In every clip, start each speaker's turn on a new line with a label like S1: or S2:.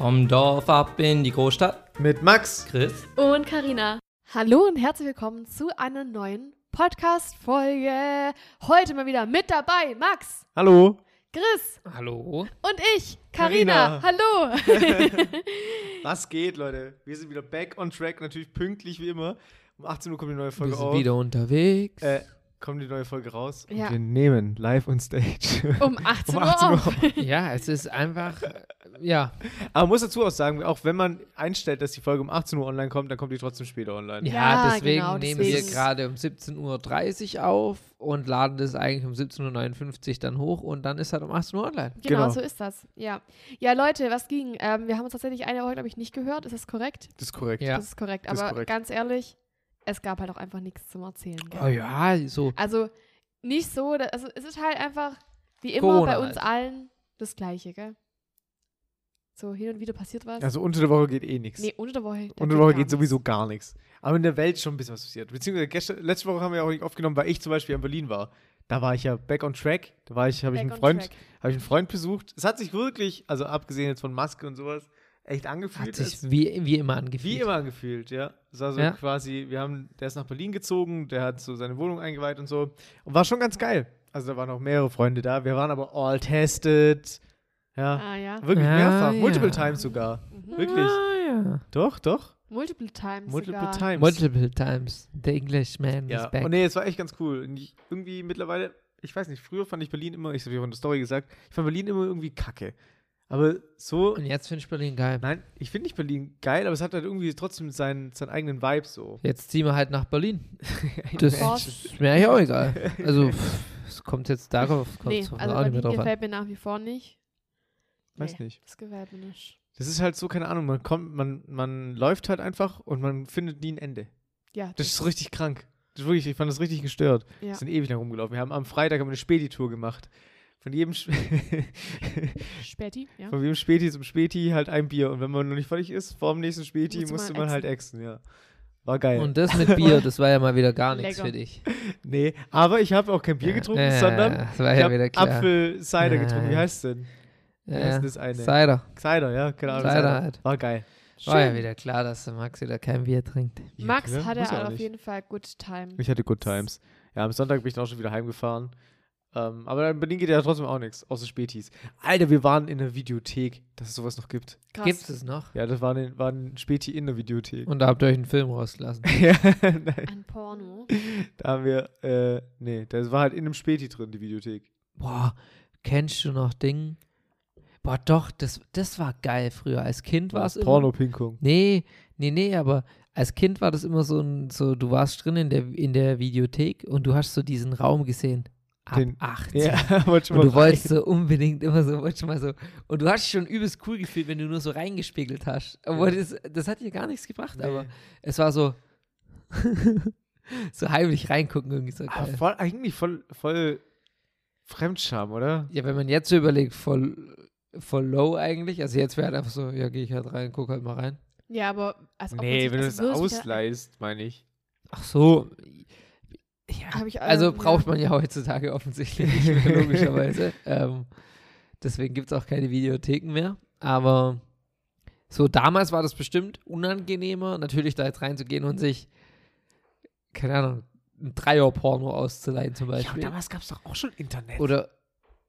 S1: Vom Dorf ab in die Großstadt.
S2: Mit Max.
S1: Chris.
S3: Und Karina.
S4: Hallo und herzlich willkommen zu einer neuen Podcast-Folge. Heute mal wieder mit dabei Max,
S2: Hallo.
S4: Chris
S1: Hallo.
S4: und ich, Karina.
S2: Karina.
S4: Hallo.
S2: Was geht, Leute? Wir sind wieder back on track, natürlich pünktlich wie immer. Um 18 Uhr kommt die neue Folge
S1: Wir sind
S2: auf.
S1: wieder unterwegs.
S2: Äh, kommt die neue Folge raus und
S4: Ja.
S2: wir nehmen live on stage.
S4: Um 18
S2: Um
S4: Uhr
S2: 18 Uhr
S4: auf.
S1: Ja, es ist einfach. äh, Ja.
S2: Aber man muss dazu auch sagen, auch wenn man einstellt, dass die Folge um 18 Uhr online kommt, dann kommt die trotzdem später online.
S1: Ja,
S4: Ja,
S1: deswegen
S4: genau,
S1: nehmen
S4: deswegen.
S1: wir gerade um 17.30 Uhr auf und laden das eigentlich um 17.59 Uhr dann hoch und dann ist halt um 18 Uhr online.
S4: Genau,
S2: Genau.
S4: so ist das. Ja, ja Leute, was ging? Ähm, wir haben uns tatsächlich eine Woche, glaube ich, nicht gehört. Ist das korrekt?
S2: Das ist korrekt.
S1: Ja.
S4: Das ist korrekt.
S2: Das
S4: Aber
S2: ist korrekt.
S4: ganz ehrlich, es gab halt auch einfach nichts zum Erzählen. Gell?
S1: Oh ja, so.
S4: Also nicht so, da- also es ist halt einfach wie immer
S1: Corona
S4: bei uns
S1: halt.
S4: allen das Gleiche, gell? So hin und wieder passiert was.
S2: Also unter der Woche geht eh nichts.
S4: nee, unter der Woche. da
S2: unter der Woche
S4: gar
S2: geht sowieso gar nichts. Aber in der Welt schon ein bisschen was passiert. Beziehungsweise gestern, letzte Woche haben wir auch nicht aufgenommen, weil ich zum Beispiel in Berlin war. Da war ich ja back on track. Da war ich, habe ich
S4: Back
S2: einen
S4: on
S2: Freund,
S4: track.
S2: habe ich einen Freund besucht. Es hat sich wirklich, also abgesehen jetzt von Maske und sowas, echt angefühlt.
S1: Hat
S2: als-
S1: sich wie, wie immer angefühlt.
S2: wie immer angefühlt, ja. Es war so
S1: Ja.
S2: quasi, wir haben, der ist nach Berlin gezogen, der hat so seine Wohnung eingeweiht und so. Und war schon ganz geil. Also da waren auch mehrere Freunde da. Wir waren aber all tested. Ja.
S4: Ah ja. Mhm.
S2: Wirklich
S1: Ja,
S2: mehrfach.
S1: ja.
S2: Multiple times sogar. Wirklich.
S1: Ah,
S2: Doch, doch.
S4: Multiple times.
S2: Multiple
S4: sogar.
S1: ja.
S2: times.
S1: Multiple times. The Englishman
S2: Ja,
S1: is back.
S2: und nee, es war echt ganz cool. Und ich, irgendwie mittlerweile, ich weiß nicht, früher fand ich Berlin immer, ich habe ja auch in der Story gesagt, ich fand Berlin immer irgendwie kacke. Aber so,
S1: und jetzt finde ich Berlin geil.
S2: nein, ich finde nicht Berlin geil, aber es hat halt irgendwie trotzdem seinen, seinen eigenen Vibe so.
S1: Jetzt ziehen wir halt nach Berlin. Das
S4: Boss.
S1: ist mir eigentlich auch egal. Also, pff, es kommt jetzt darauf, kommt
S4: Nee,
S1: es
S4: also
S1: auch nicht
S4: Berlin
S1: mehr drauf an.
S4: gefällt mir nach wie vor nicht.
S2: Weiß nicht.
S4: Das gefällt mir nicht.
S2: Das ist halt so, keine Ahnung, man kommt, man, man läuft halt einfach und man findet nie ein Ende.
S4: Ja,
S2: Das ist richtig krank. Das ist wirklich, ich fand das richtig gestört.
S4: Ja.
S2: Wir sind ewig lang rumgelaufen. Wir haben am Freitag haben wir eine Späti-Tour gemacht. Von jedem, Sch-
S4: Späti, ja.
S2: Von jedem Späti zum Späti halt ein Bier. Und wenn man noch nicht fertig ist, vor dem nächsten Späti
S4: Musste
S2: musste
S4: man
S2: man halt exen, ja. War geil.
S1: Und das mit Bier, das war ja mal wieder gar nichts
S4: Lecker.
S1: für dich.
S2: nee, aber ich habe auch kein Bier getrunken,
S1: Ja,
S2: sondern
S1: das war
S2: ich
S1: ja
S2: habe
S1: wieder klar.
S2: Apfel-Cider
S1: Ja,
S2: getrunken. Wie
S1: ja.
S2: heißt denn? Wie
S1: Ja,
S2: heißt das eine?
S1: Cider.
S2: Cider, ja, keine Ahnung.
S1: Cider
S2: Cider.
S1: halt.
S2: War geil.
S1: War ja wieder klar, dass der Max wieder kein Bier trinkt.
S4: Max
S2: klar,
S4: hatte
S2: muss ja auch
S4: auf
S2: nicht.
S4: jeden Fall Good Time.
S2: Ich hatte Good Times. Ja, am Sonntag bin ich dann auch schon wieder heimgefahren. Ähm, aber in Berlin geht ja trotzdem auch nichts, außer Spätis. Alter, wir waren in der Videothek, dass es sowas noch gibt.
S4: Krass.
S1: Gibt es noch?
S2: Ja, das war ein, war ein Späti in der Videothek.
S1: Und da habt ihr euch einen Film rausgelassen.
S2: ja, nein,
S4: Ein Porno.
S2: da haben wir, äh, nee, das war halt in einem Späti drin, die Videothek.
S1: Boah, kennst du noch Ding? Boah, doch, das, das war geil früher. Als Kind war es immer
S2: Porno-Pinkung.
S1: Nee, nee, nee, aber als Kind war das immer so ein, so, du warst drin in der, in der Videothek und du hast so diesen Raum gesehen. Ab
S2: Den-
S1: 18.
S2: Ja, wollte schon
S1: Und du
S2: mal rein.
S1: wolltest so unbedingt immer so, wolltest mal so. Und du hast dich schon übelst cool gefühlt, wenn du nur so reingespiegelt hast. Obwohl das, das hat dir gar nichts gebracht, aber
S2: Nee.
S1: es war so. so heimlich reingucken irgendwie so
S2: Aber
S1: geil.
S2: voll, eigentlich voll, voll Fremdscham, oder?
S1: Ja, wenn man jetzt so überlegt, voll, voll low eigentlich. Also jetzt wäre halt einfach so, ja, gehe ich halt rein, guck halt mal rein.
S4: Ja, aber als ob
S2: nee, wenn
S4: man
S2: du
S4: sich,
S2: es
S4: also würdest du da-
S2: ausleihst, meine ich.
S1: Ach so. Ja,
S4: Hab ich
S1: also
S4: ähm,
S1: braucht man ja heutzutage offensichtlich nicht mehr, logischerweise. Ähm, deswegen gibt es auch keine Videotheken mehr. Aber so damals war das bestimmt unangenehmer, natürlich da jetzt reinzugehen und sich, keine Ahnung, ein Dreier-Porno auszuleihen zum
S2: Ja, aber
S1: Beispiel.
S2: damals gab es doch auch schon Internet.
S1: Oder,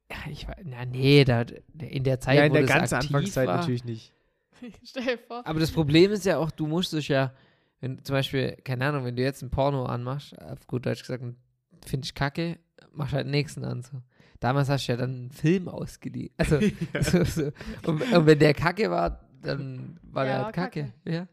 S1: ja, ich weiß, na nee, da, in der Zeit,
S2: ja, in
S1: wo
S2: der
S1: das
S2: ganzen
S1: aktiv
S2: Anfangszeit
S1: war,
S2: natürlich nicht.
S4: Stell dir vor.
S1: aber das Problem ist ja auch, du musst dich ja, wenn zum Beispiel, keine Ahnung, wenn du jetzt ein Porno anmachst, auf gut Deutsch gesagt, finde ich kacke, machst halt den nächsten an. So. Damals hast du ja dann einen Film ausgeliehen. Also, so, so. Und, und wenn der kacke war, dann war
S4: Ja,
S1: der
S4: war
S1: halt kacke. Ja.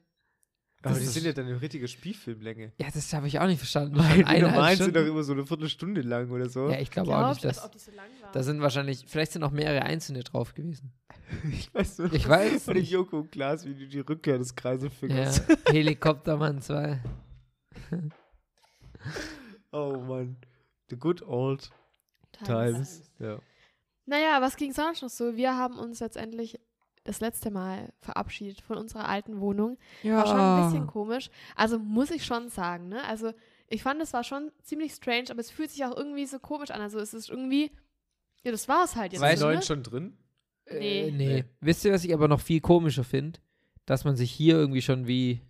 S2: Aber
S1: Das
S2: die
S1: ist-
S2: sind ja dann eine richtige Spielfilmlänge.
S1: ja, das habe ich auch nicht verstanden.
S2: Die
S1: Eineinhalb
S2: normalen sind doch
S1: Stunden?
S2: immer so eine Viertelstunde lang oder so.
S1: ja, ich glaube auch nicht,
S4: Glaubst du, als
S1: dass.
S4: ob die so lang waren?
S1: Da sind wahrscheinlich, vielleicht sind auch mehrere einzelne drauf gewesen.
S2: Ich weiß nur,
S1: Ich weiß
S2: von dem
S1: nicht.
S2: Joko und Klaas, wie du die Rückkehr des
S1: Ja.
S2: Kreiselfingers.
S1: Helikoptermann 2.
S2: Oh Mann. The good old times. Ja.
S4: Naja, was ging sonst noch so? Wir haben uns letztendlich das letzte Mal verabschiedet von unserer alten Wohnung.
S1: Ja.
S4: War schon ein bisschen komisch. Also muss ich schon sagen, ne? Also ich fand, es war schon ziemlich strange, aber es fühlt sich auch irgendwie so komisch an. Also es ist irgendwie, ja, das war es halt jetzt.
S1: Weißt
S4: so,
S1: du,
S4: ne?
S2: schon drin?
S1: Äh,
S4: Nee.
S1: nee.
S2: Nee.
S1: Wisst ihr, was ich aber noch viel komischer finde? Dass man sich hier irgendwie schon wie,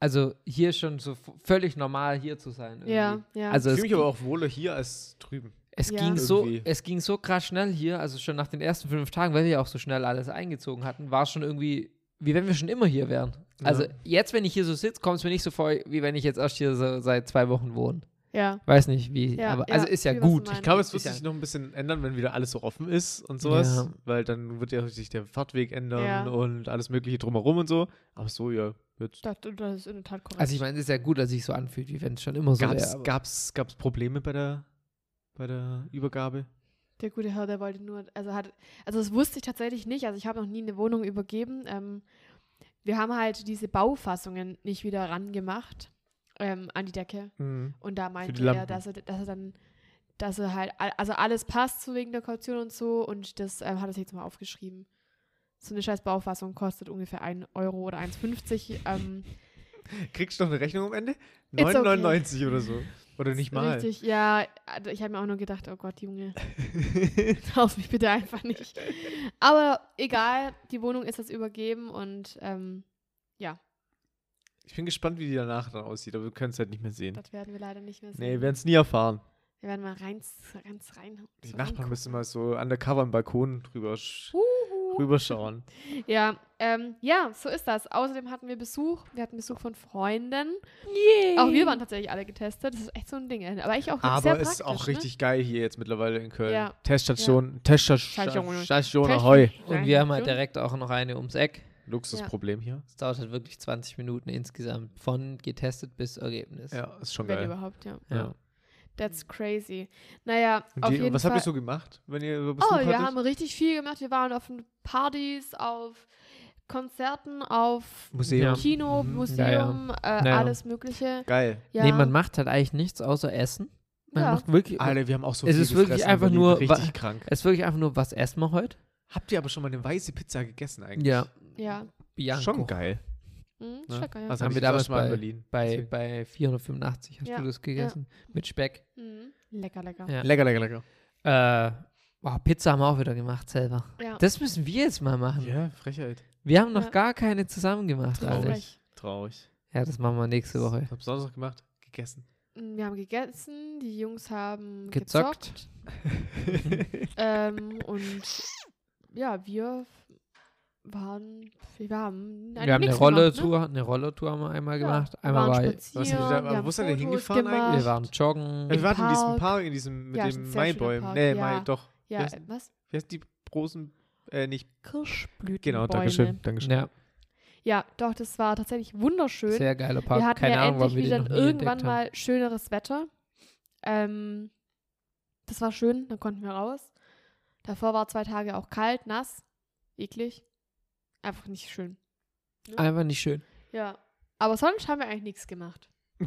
S1: also hier schon so v- völlig normal hier zu sein. Irgendwie.
S4: Ja, ja.
S1: Also
S2: ich
S1: es,
S2: fühle mich aber auch wohler hier als drüben.
S1: es,
S4: Ja.
S1: ging so,
S2: Irgendwie.
S1: es ging so krass schnell hier, also schon nach den ersten fünf Tagen, weil wir ja auch so schnell alles eingezogen hatten, war schon irgendwie, wie wenn wir schon immer hier wären. Also
S2: Ja.
S1: jetzt, wenn ich hier so sitze, kommt es mir nicht so vor, wie wenn ich jetzt erst hier so seit zwei Wochen wohne.
S4: ja.
S1: Weiß nicht wie,
S4: Ja,
S1: aber
S4: ja,
S1: also ist ja
S4: ich weiß, was du
S1: gut.
S4: meinst.
S2: Ich glaube, es
S1: Ist
S2: wird
S1: ja-
S2: sich noch ein bisschen ändern, wenn wieder alles so offen ist und sowas.
S1: Ja.
S2: Weil dann wird ja sich der Fahrtweg ändern
S4: Ja.
S2: und alles Mögliche drumherum und so. Aber so, ja, jetzt.
S4: Das, das ist in der Tat korrekt.
S1: Also ich meine, es ist ja gut, dass sich so anfühlt, wie wenn es schon immer so
S2: Gab's,
S1: wäre. Also, aber-
S2: gab's, gab's Probleme bei der, bei der Übergabe?
S4: Der gute Herr, der wollte nur, also hat, also das wusste ich tatsächlich nicht. Also ich habe noch nie eine Wohnung übergeben. Ähm, wir haben halt diese Baufassungen nicht wieder rangemacht ähm, an die Decke. Und da meinte er,
S2: Lampen.
S4: dass er, dass er dann, dass er halt, al- also alles passt so wegen der Kaution und so. Und das ähm, hat er sich jetzt mal aufgeschrieben. So eine scheiß Baufassung kostet ungefähr 1 Euro oder 1,50. Ähm,
S2: Kriegst du noch eine Rechnung am Ende?
S4: It's okay.
S2: 9,99 oder so. Oder nicht mal.
S4: Richtig, ja. Also ich habe mir auch nur gedacht, oh Gott, Junge, kauf mich bitte einfach nicht. Aber egal, die Wohnung ist jetzt übergeben und ähm,
S2: Ich bin gespannt, wie die danach dann aussieht, aber wir können es halt nicht mehr sehen.
S4: das werden wir leider nicht mehr sehen.
S2: Nee, wir werden es nie erfahren.
S4: wir werden mal rein, ganz rein.
S2: Die
S4: so
S2: Nachbarn
S4: reingucken.
S2: müssen mal so undercover am Balkon drüber, sch-
S4: Huhu.
S2: rüberschauen.
S4: Ja, ähm, ja, so ist das. Außerdem hatten wir Besuch. Wir hatten Besuch von Freunden. Auch wir waren tatsächlich alle getestet. Das ist echt so ein Ding. ey. Aber ich auch sehr
S2: Aber
S4: praktisch.
S2: es ist auch
S4: ne?
S2: richtig geil hier jetzt mittlerweile in Köln.
S4: Ja.
S2: Teststation, Teststation,
S4: Station.
S2: Station,
S4: Technisch
S2: ahoi.
S1: Und wir haben
S4: rein.
S1: halt direkt auch noch eine ums Eck.
S2: Luxusproblem hier.
S1: Es dauert halt wirklich 20 Minuten insgesamt von getestet bis Ergebnis.
S2: Ja, ist schon
S4: Wenn
S2: geil.
S4: überhaupt, ja.
S1: Ja.
S4: That's crazy. Naja,
S2: Und
S4: auf
S2: die,
S4: jeden
S2: was
S4: Fall.
S2: habt ihr so gemacht, wenn ihr Besuch
S4: Oh,
S2: hattet?
S4: wir haben richtig viel gemacht. Wir waren auf Partys, auf Konzerten, auf
S2: Museum.
S1: Ja.
S4: Kino,
S2: Mhm.
S4: Museum, Äh,
S1: Naja.
S4: alles Mögliche.
S2: Geil.
S4: Ja.
S1: Nee, man macht halt eigentlich nichts außer essen. Man
S4: Ja.
S1: macht wirklich.
S2: Alter, wir haben auch so
S1: Es
S2: viel
S1: ist wirklich
S2: gefressen,
S1: einfach
S2: wir liegen
S1: nur-
S2: richtig krank.
S1: Es ist wirklich einfach nur, was essen wir heute?
S2: Habt ihr aber schon mal eine weiße Pizza gegessen eigentlich?
S1: Ja.
S4: ja.
S1: Bianco.
S2: Schon geil.
S4: Mhm,
S2: Ne?
S4: Stecker, ja.
S1: Haben
S2: Also hab
S1: wir
S2: ich das
S1: damals
S2: erste mal in
S1: bei-
S2: Berlin.
S1: Bei,
S2: Deswegen-
S1: bei 485 hast
S4: Ja.
S1: du das gegessen. Mit Speck.
S4: Mhm. Lecker, lecker.
S1: Ja.
S2: Lecker, lecker, lecker.
S1: Äh, wow, Pizza haben wir auch wieder gemacht selber.
S4: Ja.
S1: Das müssen wir jetzt mal machen.
S2: Ja, Frechheit.
S1: Wir haben noch
S4: Ja.
S1: gar keine zusammen gemacht.
S4: Traurig.
S1: Alter.
S4: Frech.
S2: Traurig.
S1: Ja, das machen wir nächste Woche.
S2: Hab Sonntag gemacht, gegessen.
S4: Mhm, Wir haben gegessen, die Jungs haben gezockt.
S1: Gezockt.
S4: Ähm, und ja, wir waren, wir haben
S1: Wir haben eine
S4: nichts ne?
S1: Rollertour, eine Rollertour haben wir einmal
S4: Ja,
S1: gemacht.
S4: Wir
S1: Einmal
S4: waren
S1: war
S2: Was
S4: spazieren,
S2: habt ihr da-
S4: wir haben
S2: wo seid ihr
S4: Fotos
S2: hingefahren
S4: gemacht.
S2: eigentlich?
S1: wir waren joggen.
S2: Also wir waren in diesem
S4: Park.
S2: Park, in diesem, mit
S4: Ja, ist ein
S2: dem
S4: sehr schöner
S2: Maibäumen.
S4: Park,
S2: Nee,
S4: ja.
S2: Mai, doch.
S4: Ja,
S2: Wie heißt-
S4: äh, was?
S2: Wie heißt die Rosen? Äh, nicht.
S4: Kirschblütenbäume.
S2: Genau, Dankeschön. Dankeschön.
S1: ja,
S4: Ja, doch, das war tatsächlich wunderschön.
S1: sehr geiler Park.
S4: wir hatten
S1: Keine
S4: ja
S1: Ahnung, warum
S4: endlich
S1: wir den
S4: wieder
S1: noch nie
S4: irgendwann
S1: entdeckt haben.
S4: mal schöneres Wetter. Ähm, das war schön, dann konnten wir raus. Davor war zwei Tage auch kalt, nass, eklig. Einfach nicht schön.
S1: Einfach nicht schön.
S4: Ja. Aber sonst haben wir eigentlich nichts gemacht.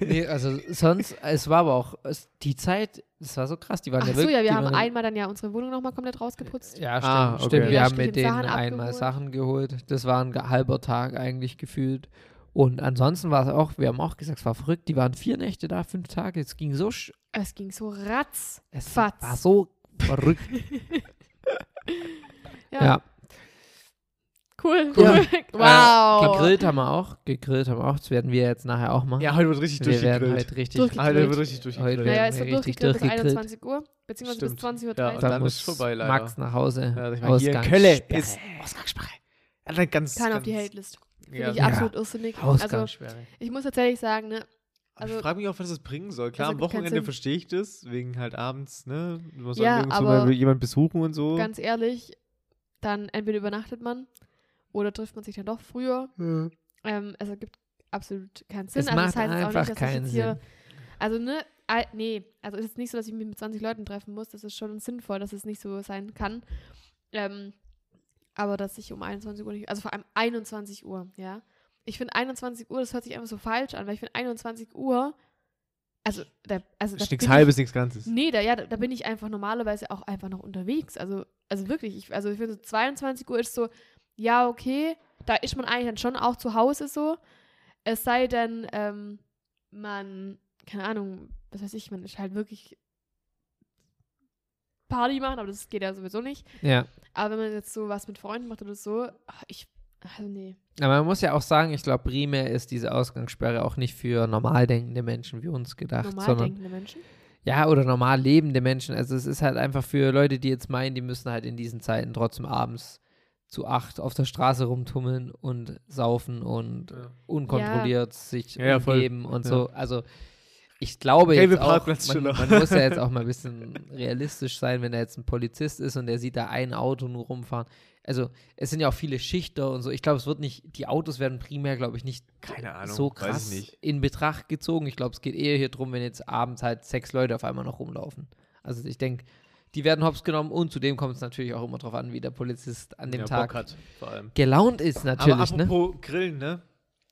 S1: Nee, also sonst, es war aber auch, es, die Zeit, das war so krass. Die waren
S4: Ach
S1: ja
S4: so,
S1: wirklich.
S4: ja, wir
S1: die
S4: haben
S1: waren,
S4: einmal dann ja unsere Wohnung nochmal komplett rausgeputzt.
S1: Ja, stimmt.
S2: Ah, okay.
S1: stimmt. Wir
S4: Ja,
S1: haben
S4: stimmt,
S1: mit denen
S4: Sachen
S1: einmal
S4: abgeholt.
S1: Sachen geholt. Das war ein ge- halber Tag eigentlich gefühlt. Und ansonsten war es auch, wir haben auch gesagt, es war verrückt. Die waren vier Nächte da, fünf Tage. Es ging so, sch-
S4: Es ging so ratz.
S1: es
S4: Fatz.
S1: war so verrückt.
S4: Ja,
S1: ja.
S4: cool.
S1: Cool.
S4: cool. wow.
S1: Äh, gegrillt haben wir auch. Gegrillt haben wir auch. Das werden wir jetzt nachher auch machen.
S2: ja, heute wird richtig
S1: wir werden
S2: durchgegrillt.
S1: heute richtig.
S4: Durchgegrillt.
S2: Alter, wird richtig
S1: Heute
S2: durchgegrillt.
S1: werden
S4: Naja, es
S1: wir
S4: wird
S1: richtig
S4: durchgegrillt bis
S1: durchgegrillt.
S4: 21 Uhr, beziehungsweise bis
S2: Stimmt.
S4: 20.30 Uhr.
S2: Ja, und
S1: Dann
S2: dann
S1: muss
S2: ist vorbei, leider.
S1: Max nach Hause.
S2: Ja, ich meine, hier in
S1: Ausgangssperre.
S2: Kölle ist Ausgangssperre. Ja, dann ganz,
S4: Keiner
S2: ganz,
S4: auf die Heldliste. Finde
S2: Ja,
S4: ich
S1: Ja.
S4: absolut irrsinnig. Also,
S1: Ausgangssperre.
S4: ich muss tatsächlich sagen, ne,
S2: Also,
S4: also-
S2: ich frage mich auch, was das bringen soll. Klar,
S4: Also,
S2: am
S4: kein
S2: Wochenende
S4: Sinn.
S2: verstehe ich das, wegen halt abends, ne? Man soll
S4: Ja,
S2: nirgendwo
S4: aber-
S2: mal jemand besuchen und so.
S4: ganz ehrlich, dann entweder übernachtet man oder trifft man sich dann doch früher. Ähm, es ergibt absolut keinen Sinn.
S1: es
S4: also,
S1: macht
S4: das heißt jetzt
S1: einfach
S4: auch nicht, dass
S1: keinen
S4: ich jetzt hier,
S1: Sinn.
S4: Also, ne, ah, nee, also es ist nicht so, dass ich mich mit 20 Leuten treffen muss. Das ist schon sinnvoll, dass es nicht so sein kann. Ähm, aber dass ich um 21 Uhr nicht, also vor allem 21 Uhr, ja. Ich finde 21 Uhr, das hört sich einfach so falsch an, weil ich finde 21 Uhr, also da, also da
S2: Ist nichts
S4: bin ich-
S2: Halbes, nichts Ganzes.
S4: Nee, da, ja, da, da bin ich einfach normalerweise auch einfach noch unterwegs. Also, also wirklich, ich, also ich finde so 22 Uhr ist so, ja, okay, da ist man eigentlich dann schon auch zu Hause so. Es sei denn, ähm, man, keine Ahnung, was weiß ich, man ist halt wirklich Party machen, aber das geht ja sowieso nicht.
S1: Ja.
S4: Aber wenn man jetzt so was mit Freunden macht oder so, ach, ich, also nee.
S1: Aber man muss ja auch sagen, ich glaube, primär ist diese Ausgangssperre auch nicht für normal denkende Menschen wie uns gedacht,
S4: Normal
S1: sondern
S4: denkende Menschen.
S1: ja, oder normal lebende Menschen. Also es ist halt einfach für Leute, die jetzt meinen, die müssen halt in diesen Zeiten trotzdem abends zu acht auf der Straße rumtummeln und saufen und
S2: Ja.
S1: unkontrolliert sich
S2: Ja, ja, voll.
S1: umgeben und
S2: Ja.
S1: so. Also ich glaube
S2: Gelbe
S1: jetzt auch, man,
S2: Parkplatzschilder.
S1: man muss ja jetzt auch mal ein bisschen realistisch sein, wenn er jetzt ein Polizist ist und der sieht da ein Auto nur rumfahren. Also es sind ja auch viele Schichter und so. Ich glaube, es wird nicht, die Autos werden primär, glaube ich, nicht
S2: Keine Ahnung.
S1: so
S2: Weiß
S1: krass
S2: ich nicht.
S1: in Betracht gezogen. Ich glaube, es geht eher hier drum, wenn jetzt abends halt sechs Leute auf einmal noch rumlaufen. Also ich denke, die werden hops genommen und zudem kommt es natürlich auch immer drauf an, wie der Polizist an dem
S2: ja,
S1: Tag
S2: Bock hat, vor allem.
S1: gelaunt ist
S2: Aber
S1: natürlich, ne?
S2: apropos Grillen, ne?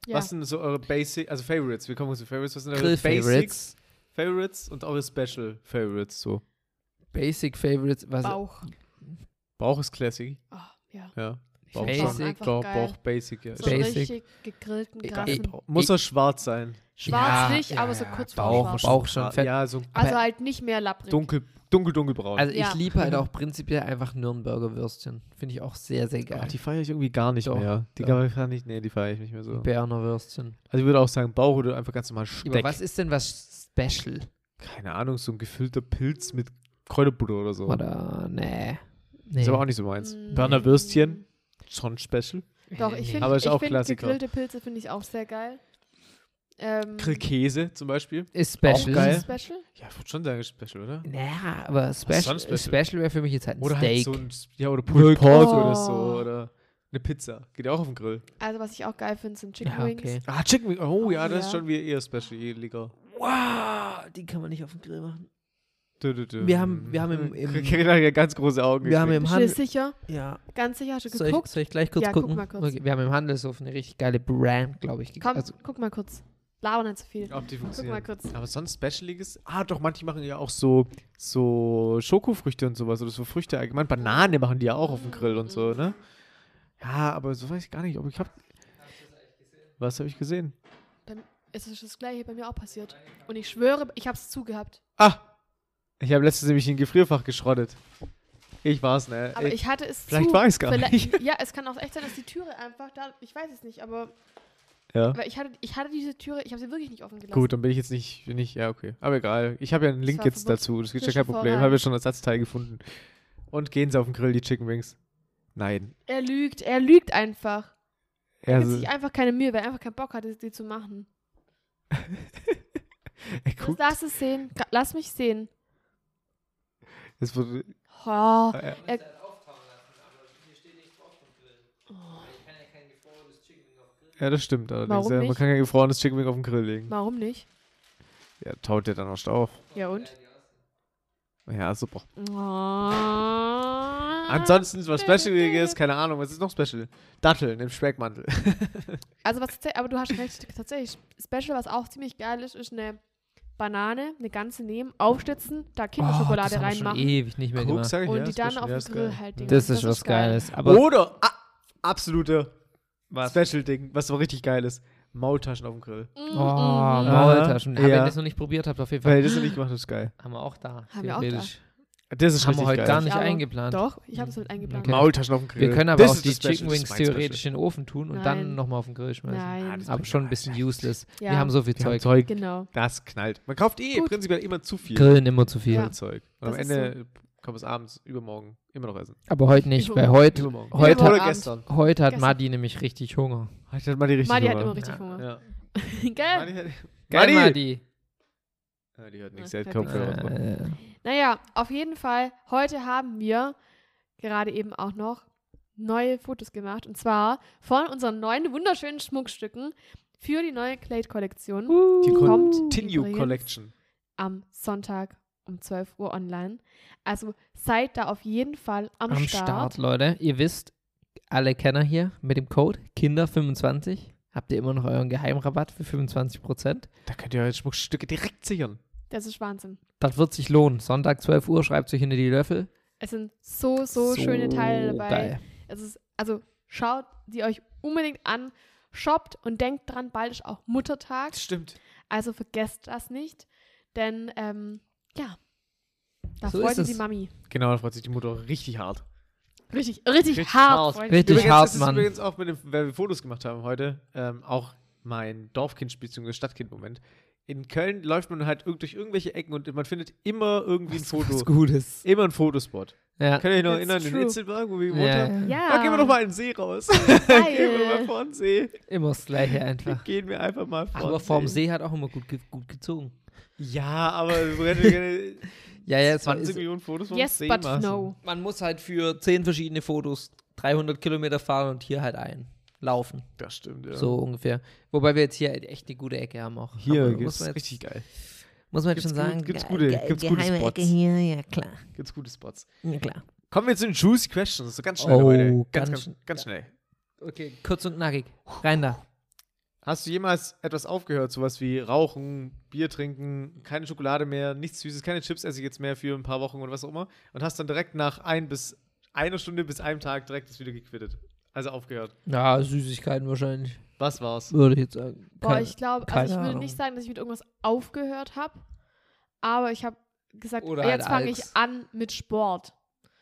S4: Ja.
S2: Was sind so eure Basic, also Favorites? Wir kommen zu Favorites. Was sind eure Basics,
S1: Grill-Favorites,
S2: Favorites und eure Special Favorites? So.
S1: Basic-Favorites, was
S2: also
S4: Bauch.
S2: Bauch ist Classic.
S4: Ah, ja.
S2: Ja.
S4: Ich
S2: Bauch
S4: find
S1: schon.
S4: Bauch
S1: Basic.
S4: einfach
S2: Bauch,
S4: geil.
S2: Bauch Basic, ja.
S4: So
S2: Ist-
S1: Basic.
S4: richtig gegrillten,
S2: Egal.
S4: krassen.
S2: Bauch. Muss er schwarz sein?
S4: Schwarz
S1: Ja,
S4: nicht,
S1: ja,
S4: aber so
S1: ja,
S4: kurz vor
S1: Bauch,
S4: schwarz.
S1: Bauch schon
S2: Ah,
S1: fett.
S2: Ja, so
S4: Also
S1: Aber-
S4: halt nicht mehr lapprig.
S2: dunkel, dunkel, dunkelbraun.
S1: Also
S4: Ja.
S1: ich liebe halt auch prinzipiell einfach Nürnberger Würstchen. Finde ich auch sehr, sehr
S2: Ah,
S1: geil.
S2: die feiere ich irgendwie gar nicht
S1: Doch,
S2: mehr. Die
S1: doch.
S2: feiere ich, nee, die feiere ich nicht mehr so.
S1: Berner Würstchen.
S2: Also ich würde auch sagen Bauch oder einfach ganz normal Steck.
S1: Aber was ist denn was Special?
S2: Keine Ahnung, so ein gefüllter Pilz mit Kräuterbutter oder so.
S1: Oder, nee. nee. Mhm.
S2: Ist aber auch nicht so meins.
S4: Mm.
S2: Berner Würstchen, schon special.
S4: Doch, ich
S1: Nee.
S4: finde
S2: Aber ist auch
S4: find
S2: Klassiker.
S4: gegrillte Pilze finde ich auch sehr geil. Ähm,
S1: Mhm.
S2: Grillkäse zum Beispiel.
S1: Ist
S2: Auch
S1: Special.
S2: geil.
S4: Special?
S2: Ja, ich würde schon sagen special, oder?
S1: Naja, aber Special,
S2: sonst
S1: special.
S2: Special?
S1: wäre für mich jetzt halt ein
S2: Oder halt
S1: Steak.
S2: so ein, ja, oder Pulled Pork oder so.
S4: Oh.
S2: Oder eine Pizza. Geht ja auch auf den Grill.
S4: Also was ich auch geil finde, sind Chicken
S1: ja,
S4: Wings.
S1: okay.
S2: Ah, Chicken Wings. Oh ja, das ist
S4: Ja.
S2: schon wieder eher special, ekliger.
S1: Wow, die kann man nicht auf den Grill machen.
S2: Dö, dö, dö.
S1: Wir haben- wir haben im- im-
S2: Karina hat ja ganz große Augen.
S1: Wir haben
S2: gekriegt.
S1: im
S4: Bist du dir
S1: Handel.
S4: sicher?
S1: Ja.
S4: Ganz sicher? Hast du
S1: Soll ich,
S4: geguckt?
S1: soll ich gleich kurz
S4: Ja, guck
S1: gucken?
S4: mal kurz.
S1: Okay, wir haben im Handelshof eine richtig geile Brand, glaube ich. gek-
S4: Komm,
S1: Also,
S4: guck mal kurz. Laber nicht zu viel.
S2: ob die
S4: guck
S2: funktionieren.
S4: mal kurz.
S2: Aber sonst Specialiges? Ah, doch, manche machen ja auch so, so Schokofrüchte und sowas oder so Früchte allgemein. Banane machen die ja auch auf dem Grill und
S4: Mhm.
S2: so, ne? Ja, aber so weiß ich gar nicht, ob ich hab. Was habe ich gesehen?
S4: Es ist das gleiche bei mir auch passiert. Und ich schwöre, ich hab's zugehabt.
S2: Ah! Ich habe letztens nämlich ein Gefrierfach geschrottet. Ich war's, ne?
S4: Aber ich hatte es
S2: vielleicht
S4: zu.
S2: war ich's gar
S4: Verle-
S2: nicht.
S4: Ja, es kann auch echt sein, dass die Türe einfach da... Ich weiß es nicht, aber...
S2: ja.
S4: aber ich, hatte, ich hatte diese Türe, ich habe sie wirklich nicht offen gelassen.
S2: Gut, dann bin ich jetzt nicht, bin ich, ja, okay. Aber egal. Ich habe ja einen Link
S4: war
S2: jetzt
S4: verboten.
S2: dazu. Das gibt ja
S4: Frisch
S2: kein Problem.
S4: vorrein.
S2: Habe ja schon Ersatzteil gefunden. Und gehen sie auf den Grill, die Chicken Wings. Nein.
S4: Er lügt, er lügt einfach. Er gibt
S2: Also,
S4: sich einfach keine Mühe, weil er einfach keinen Bock hat, die, die zu machen.
S2: ey,
S4: Das-
S2: guck,
S4: Lass es sehen. Ga- Lass mich sehen.
S2: das wird,
S4: Oh,
S2: äh,
S4: er,
S2: ja, das stimmt allerdings.
S4: Warum
S2: ja. Man
S4: nicht?
S2: kann kein gefrorenes Chicken Wing auf den Grill legen.
S4: warum nicht?
S2: Ja, taut der dann auch auf.
S4: Ja und?
S2: Ja, super.
S4: Oh.
S2: Ansonsten, was Specialiges, keine Ahnung, was ist noch Special? Datteln im Speckmantel.
S4: Also was tatsächlich, aber du hast recht, tatsächlich Special, was auch ziemlich geil ist, ist eine Banane, eine ganze nehmen, aufschlitzen, da
S1: Oh, das
S4: Kinderschokolade
S1: haben wir
S4: reinmachen
S1: Schon ewig nicht mehr
S2: Guck,
S1: gemacht.
S2: sag ich,
S4: und
S2: ja,
S4: die dann
S2: Special,
S4: auf
S2: ja,
S4: den
S2: ist
S4: Grill
S2: geil.
S4: halt. Digga.
S1: Das, ist was
S4: geil.
S1: Geiles. Aber
S2: Oder ah, absolute Special-Ding, was so richtig geil ist. Maultaschen auf dem Grill.
S4: Mm,
S1: Oh,
S4: mm, mm.
S1: Maultaschen. Ja, Wenn ihr
S2: Ja.
S1: das noch nicht probiert habt, auf jeden Fall.
S2: Weil das nicht gemacht, das ist geil.
S1: Haben wir auch da.
S4: Haben wir auch
S1: theoretisch.
S2: Das ist
S1: Haben wir
S2: richtig
S1: heute
S2: geil.
S1: gar nicht
S4: Aber
S1: eingeplant.
S4: Doch, ich habe es heute eingeplant.
S1: Okay.
S2: Maultaschen auf dem Grill.
S1: Wir können aber
S2: Das
S1: auch
S2: ist
S1: die
S2: das Special,
S1: Chicken
S2: das ist
S1: Wings
S2: mein
S1: theoretisch in den Ofen tun und dann
S4: Nein.
S1: nochmal auf den Grill schmeißen.
S4: Nein.
S2: das-
S1: Aber schon ein bisschen useless.
S4: Ja.
S1: Wir haben so viel
S2: Special. Wir haben
S1: Zeug.
S2: Zeug.
S4: Genau.
S2: Das knallt. Man kauft eh
S4: Gut.
S2: prinzipiell immer zu viel
S1: Grillen immer zu viel.
S4: Ja.
S2: Zeug. Und am
S4: Das ist
S2: Ende kann man es abends, übermorgen immer noch essen.
S1: Aber heute nicht, weil
S4: Übermorgen.
S1: heute,
S2: Übermorgen.
S1: heute
S2: Oder
S4: hat-
S2: gestern.
S1: heute hat
S4: Gestern.
S1: Madi nämlich richtig Hunger.
S2: Ich hatte mal die richtige
S4: Madi hat
S2: Nummer.
S4: immer richtig Hunger. Äh.
S2: Ja.
S4: Gell?
S2: Madi hat-
S1: Geil,
S2: Madi!
S1: Madi!
S2: Ja, Die hört nichts,
S4: Ja,
S2: sie hat
S4: hört
S2: Kopfhörer drin.
S1: Äh,
S4: Naja, auf jeden Fall, heute haben wir gerade eben auch noch neue Fotos gemacht. Und zwar von unseren neuen wunderschönen Schmuckstücken für die neue Clade-Kollektion
S2: Die
S4: Kommt
S2: Continue
S4: übrigens.
S2: Collection.
S4: am Sonntag um 12 Uhr online. Also seid da auf jeden Fall am,
S1: am
S4: Start.
S1: Start, Leute. Ihr wisst, alle Kenner hier mit dem Code Kinder25 habt ihr immer noch euren Geheimrabatt für 25%.
S2: Da könnt ihr eure Schmuckstücke direkt sichern.
S4: Das ist Wahnsinn.
S1: Das wird sich lohnen. Sonntag 12 Uhr schreibt sich hinter die Löffel.
S4: Es sind so, so, schöne Teile dabei.
S1: Geil.
S4: Es ist, also schaut sie euch unbedingt an, shoppt und denkt dran, bald ist auch Muttertag.
S2: stimmt.
S4: Also vergesst das nicht, denn ähm, ja, Da
S1: So
S4: freut
S1: ist
S4: sich die
S1: es.
S4: Mami.
S2: Genau, da freut sich die Mutter richtig hart.
S4: Richtig, richtig,
S2: Richtig hart.
S4: hart. freut sich die
S1: Richtig
S4: Mami.
S2: übrigens
S1: hart,
S2: ist es
S1: Mann.
S2: übrigens auch, mit dem, weil wir Fotos gemacht haben heute, ähm, auch mein Dorfkind bzw. Stadtkind-Moment. In Köln läuft man halt irg- durch irgendwelche Ecken und man findet immer irgendwie ein
S1: Was
S2: Foto.
S1: Gutes.
S2: Immer ein Fotоспot.
S1: Ja.
S2: Könnt ihr euch noch
S4: That's
S2: erinnern,
S4: true.
S2: in Itzelberg, wo wir gewohnt
S1: Ja,
S2: haben?
S1: ja.
S4: Ja.
S2: Da gehen wir doch mal in den See raus.
S4: Ah,
S2: gehen wir mal
S4: Geil.
S2: vor den See.
S1: Immer das Gleiche einfach.
S2: Gehen wir einfach mal vor
S1: Aber
S2: den
S1: vorm See hat auch immer gut, ge gut gezogen.
S2: Ja, aber wir hätten gerne
S1: Ja, ja, es war,
S2: 20
S1: ist,
S2: Millionen Fotos vom
S4: Yes,
S2: See
S4: but
S2: machen.
S4: no.
S1: man muss halt für zehn verschiedene Fotos 300 Kilometer fahren und hier halt ein. Laufen,
S2: Das stimmt, ja.
S1: so ungefähr. Wobei wir jetzt hier halt echt eine gute Ecke haben auch.
S2: Hier
S1: Aber muss
S2: gibt's
S1: man jetzt,
S2: richtig geil.
S1: muss man jetzt
S2: gibt's
S1: schon
S2: gut-
S1: sagen,
S2: gibt's
S1: ge-
S2: gute-
S1: ge-
S2: gibt's gute
S1: geheime
S2: Spots.
S1: Ecke hier, ja klar,
S2: Gibt's gute Spots.
S1: ja klar.
S2: Kommen wir zu den Juicy Questions. So ganz schnell,
S1: Oh,
S2: Leute. Ganz,
S1: ganz
S2: ganz,
S1: schn-
S2: ganz, schnell.
S1: Okay, kurz und knackig, rein da.
S2: Hast du jemals etwas aufgehört, sowas wie Rauchen, Bier trinken, keine Schokolade mehr, nichts Süßes, keine Chips esse ich jetzt mehr für ein paar Wochen und was auch immer und hast dann direkt nach ein bis einer Stunde bis einem Tag direkt das wieder gequittet? Also aufgehört.
S1: Ja, Süßigkeiten wahrscheinlich,
S2: Was war's?
S1: würde ich jetzt sagen.
S4: Boah, ich glaube,
S1: keine
S4: also ich würde
S1: Ahnung.
S4: nicht sagen, dass ich mit irgendwas aufgehört habe, aber ich habe gesagt,
S1: Oder
S4: jetzt
S1: halt
S4: fange
S1: Alks.
S4: ich an mit Sport.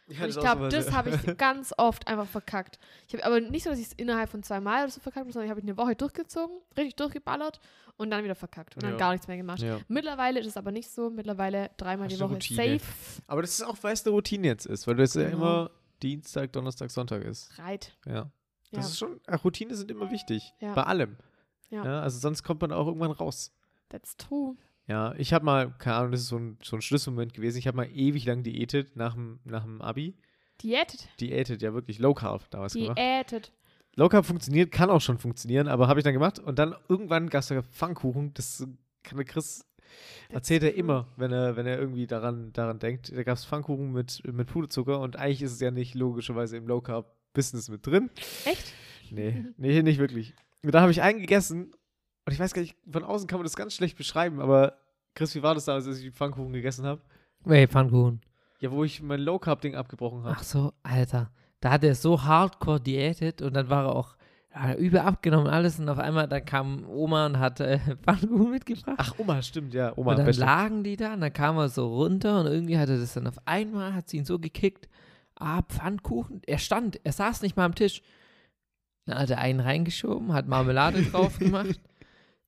S4: Und ich glaube, das habe ich ganz oft einfach verkackt. Ich habe aber nicht so, dass ich es innerhalb von zwei Mal oder so verkackt habe, sondern ich habe eine Woche durchgezogen, richtig durchgeballert und dann wieder verkackt und
S2: Ja.
S4: dann gar nichts mehr gemacht.
S2: Ja.
S4: Mittlerweile ist es aber nicht so. Mittlerweile dreimal
S2: Hast
S4: die
S2: du eine
S4: Woche
S2: Routine?
S4: safe.
S2: Aber das ist auch, weil es eine Routine jetzt ist, weil das ja
S4: Genau.
S2: immer Dienstag, Donnerstag, Sonntag ist.
S4: Reit.
S2: Ja.
S4: Ja.
S2: Das ist schon, äh, Routine sind immer wichtig.
S4: Ja.
S2: Bei allem.
S4: Ja.
S2: Also sonst kommt man auch irgendwann raus.
S4: That's true.
S2: Ja, ich habe mal, keine Ahnung, das ist so ein, so ein Schlüsselmoment gewesen. Ich habe mal ewig lang diätet nach dem, nach dem Abi.
S4: Diätet.
S2: Diätet, ja wirklich, Low Carb damals gemacht.
S4: Diätet.
S2: Low Carb funktioniert, kann auch schon funktionieren, aber habe ich dann gemacht. Und dann irgendwann gab es da Pfannkuchen, das kann der Chris, erzählt er
S4: true.
S2: immer, wenn er, wenn er irgendwie daran, daran denkt. Da gab es Pfannkuchen mit, mit Puderzucker und eigentlich ist es ja nicht logischerweise im Low Carb Business mit drin.
S4: Echt?
S2: Nee, nee, nicht wirklich. Und da habe ich einen gegessen und ich weiß gar nicht, von außen kann man das ganz schlecht beschreiben, aber Chris, wie war das damals, als ich die Pfannkuchen gegessen habe?
S1: Ey, Pfannkuchen.
S2: Ja, wo ich mein Low Carb Ding abgebrochen habe.
S1: Ach so, Alter. Da hat er so hardcore diätet und dann war er auch ja, übel abgenommen und alles und auf einmal dann kam Oma und hat äh, Pfannkuchen mitgebracht.
S2: Ach, Oma, stimmt, ja, Oma.
S1: und dann
S2: beste.
S1: lagen die da und dann kam er so runter und irgendwie hat er das dann auf einmal, hat sie ihn so gekickt. Ah, Pfannkuchen. Er stand, er saß nicht mal am Tisch. Dann hat er einen reingeschoben, hat Marmelade drauf gemacht.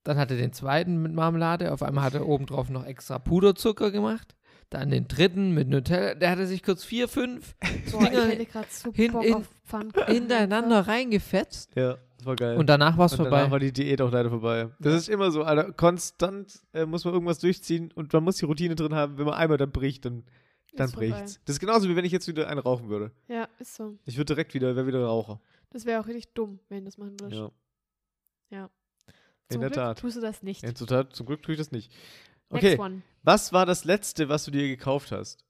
S1: Dann hat er den zweiten mit Marmelade. Auf einmal hat er obendrauf noch extra Puderzucker gemacht. Dann den dritten mit Nutella. Der hatte sich kurz vier, fünf
S4: Boah, ich
S1: Dinger
S4: hätte gerade so
S1: hin-
S4: Bock
S1: in-
S4: auf Pfannkuchen.
S1: hintereinander reingefetzt.
S2: Ja, das war geil.
S1: Und danach war es
S2: Und danach
S1: vorbei.
S2: war die Diät auch leider vorbei. Das ist immer so, Alter. Konstant äh, muss man irgendwas durchziehen und man muss die Routine drin haben. Wenn man einmal dann bricht, dann, dann
S4: Ist vorbei.
S2: bricht's. Das ist genauso, wie wenn ich jetzt wieder einen rauchen würde.
S4: Ja, ist so.
S2: Ich würde direkt wieder, wäre wieder Raucher.
S4: Das wäre auch richtig dumm, wenn du das machen würdest.
S2: Ja.
S4: Ja.
S2: In
S4: Zum
S2: der
S4: Glück
S2: Tat.
S4: tust du das nicht.
S2: Ja, total, zum Glück tue ich das nicht. Okay,
S4: Next one.
S2: was war das Letzte, was du dir gekauft hast?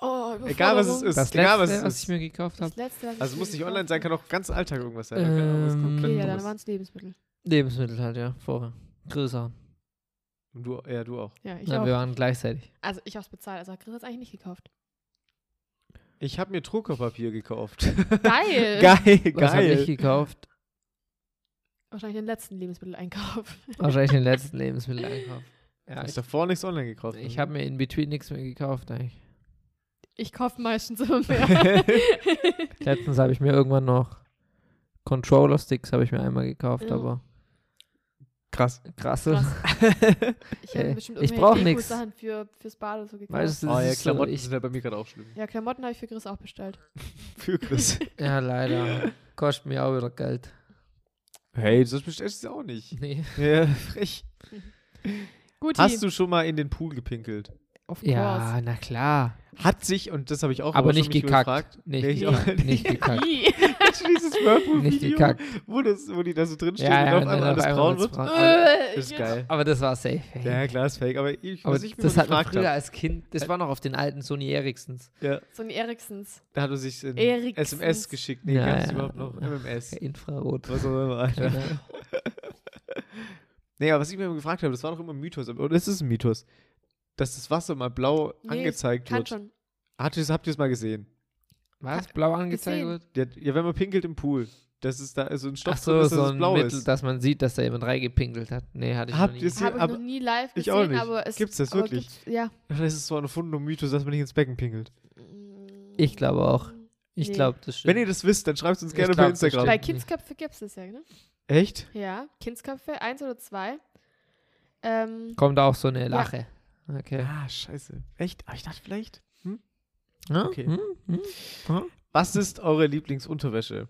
S4: Oh,
S2: Egal was es
S4: Überforderung.
S2: ist,
S1: Das
S2: egal was
S1: letzte,
S2: es
S1: was
S2: ist.
S1: ich mir gekauft habe.
S4: Das letzte, was ich
S2: also
S4: mir
S2: muss nicht
S4: gekauft
S2: online sein,
S4: habe.
S2: kann auch ganz Alltag irgendwas sein. Keine Ahnung, was
S1: Ähm,
S2: komplett
S4: Okay, ja,
S2: Dummes.
S4: dann waren es Lebensmittel.
S1: Lebensmittel halt, ja, vorher. Größer.
S2: Und du, ja, du auch.
S4: Ja, ich
S1: Ja,
S4: auch.
S1: wir waren gleichzeitig.
S4: Also ich hab's bezahlt, also hat Chris hat's eigentlich nicht gekauft.
S2: Ich habe mir Druckerpapier gekauft.
S4: Äh, Geil!
S2: geil,
S1: Was habe
S2: geil.
S1: ich gekauft?
S4: Wahrscheinlich den letzten Lebensmitteleinkauf.
S1: Wahrscheinlich den letzten Lebensmitteleinkauf. Ja,
S2: Hast
S1: ich,
S2: davor nichts online gekauft. ne?
S1: ich habe mir in Between nichts mehr gekauft eigentlich.
S4: Ich kaufe meistens immer mehr.
S1: Letztens habe ich mir irgendwann noch Controller-Sticks habe ich mir einmal gekauft,
S4: Ja.
S1: aber
S2: krass.
S1: krasse.
S4: Krass. Ich
S1: Äh,
S4: habe bestimmt
S1: ich
S4: irgendwelche
S1: brauch
S4: Deko-
S1: nix.
S4: Sachen für, fürs Bad oder so gekauft.
S1: Weißt du, das
S2: Oh ja,
S1: ist so,
S2: Klamotten
S1: ich,
S2: sind ja bei mir gerade auch schlimm.
S4: ja, Klamotten habe ich für Chris auch bestellt.
S2: Für Chris.
S1: ja, leider. Kostet mir auch wieder Geld.
S2: hey, das bestellst du ja auch nicht.
S1: Nee.
S2: Ja, frech.
S4: Guti.
S2: Hast du schon mal in den Pool gepinkelt?
S4: Of course.
S1: Ja, na klar.
S2: Hat sich, und das habe ich auch
S1: Aber
S2: schon
S1: nicht
S2: mich
S1: gekackt.
S2: gefragt.
S1: Nicht
S2: Nee, ich auch
S1: gekackt. Nicht gekackt.
S4: I.
S2: Dieses Whirlpool-Video,
S1: Nicht gekackt.
S2: Wo, das, wo die da so drin stehen
S1: Ja,
S2: und
S1: ja,
S2: auf
S1: und
S2: einmal
S1: dann auf
S2: alles
S1: einmal
S2: braun
S1: wird's
S2: wird.
S1: braun.
S2: Das ist geil.
S1: Aber das war safe. ey.
S2: Ja, klar, ist fake. Aber ich,
S1: aber
S2: was ich mir
S1: das
S2: mal
S1: hat man
S2: gefragt
S1: früher
S2: habe,
S1: als Kind, das war noch auf den alten Sony Ericsons.
S2: ja,
S4: So ein Eriksons.
S2: da hat er sich in
S4: Eriksons.
S2: SMS geschickt. Nee,
S1: Ja,
S2: gab es
S1: ja.
S2: überhaupt noch MMS.
S1: Infrarot.
S2: Was auch immer, Alter.
S1: Keine-
S2: Nee, aber was ich mir immer gefragt habe, das war doch immer ein Mythos. aber- Oder ist es ein Mythos? Dass das Wasser mal blau
S4: Nee,
S2: angezeigt
S4: Kann
S2: wird.
S4: schon.
S2: Hat, habt ihr es mal gesehen?
S1: Was? Blau angezeigt
S4: Gesehen.
S1: wird?
S2: Ja, ja, wenn man pinkelt im Pool, Das ist da also ein Stoff
S1: Ach so,
S2: drin, ist,
S1: so
S2: dass es
S1: ein
S2: blau
S1: Mittel,
S2: ist.
S1: dass man sieht, dass da jemand reingepinkelt hat. Nee, hatte ich
S2: Habt
S1: noch nie.
S2: ihr's-
S4: Habe ich
S2: aber-
S4: noch nie live
S2: Ich
S4: gesehen,
S2: auch nicht.
S4: aber es
S2: Gibt's das
S4: aber
S2: wirklich?
S4: gibt's- ja.
S2: Vielleicht ist es so ein erfundener Mythos, dass man nicht ins Becken pinkelt.
S4: Mm.
S1: Ich glaube auch. Ich
S4: Nee.
S1: glaube, das stimmt.
S2: Wenn ihr das wisst, dann schreibt es uns
S1: Ich
S2: gerne
S1: glaub,
S2: bei
S1: das
S2: Instagram.
S4: Bei
S1: Nee.
S4: Kindsköpfe gibt es das ja, ne?
S2: Echt?
S4: Ja, Kindsköpfe 1 oder 2. Ähm,
S1: Kommt auch so eine Lache. Okay.
S2: Ah, scheiße. Echt? Aber ich dachte vielleicht.
S1: Ja?
S2: Okay.
S1: Hm? Hm?
S2: Was ist eure Lieblingsunterwäsche?